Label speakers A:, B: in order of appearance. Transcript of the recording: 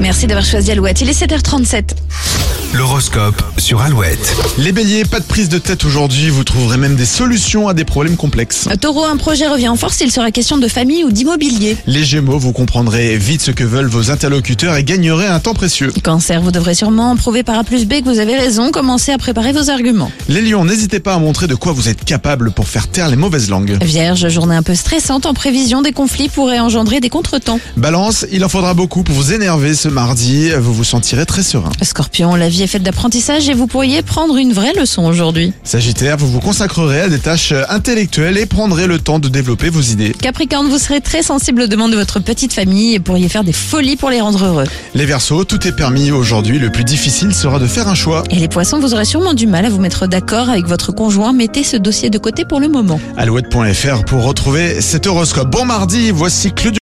A: Merci d'avoir choisi Alouette. Il est 7h37.
B: L'horoscope sur Alouette.
C: Les béliers, pas de prise de tête aujourd'hui, vous trouverez même des solutions à des problèmes complexes.
A: Taureau, un projet revient en force. Il sera question de famille ou d'immobilier.
C: Les gémeaux, vous comprendrez vite ce que veulent vos interlocuteurs et gagnerez un temps précieux.
A: Cancer, vous devrez sûrement prouver par A plus B que vous avez raison. Commencez à préparer vos arguments.
C: Les lions, n'hésitez pas à montrer de quoi vous êtes capable pour faire taire les mauvaises langues.
A: Vierge, journée un peu stressante en prévision des conflits pourraient engendrer des contretemps.
C: Balance, il en faudra beaucoup pour vous énerver ce mardi, vous vous sentirez très serein.
A: Scorpion, la vie est faite d'apprentissage et vous pourriez prendre une vraie leçon aujourd'hui.
C: Sagittaire, vous vous consacrerez à des tâches intellectuelles et prendrez le temps de développer vos idées.
A: Capricorne, vous serez très sensible aux demandes de votre petite famille et pourriez faire des folies pour les rendre heureux.
C: Les versos, tout est permis aujourd'hui, le plus difficile sera de faire un choix.
A: Et les poissons, vous aurez sûrement du mal à vous mettre d'accord avec votre conjoint. Mettez ce dossier de côté pour le moment.
C: Alouette.fr pour retrouver cet horoscope. Bon mardi, voici Claudio.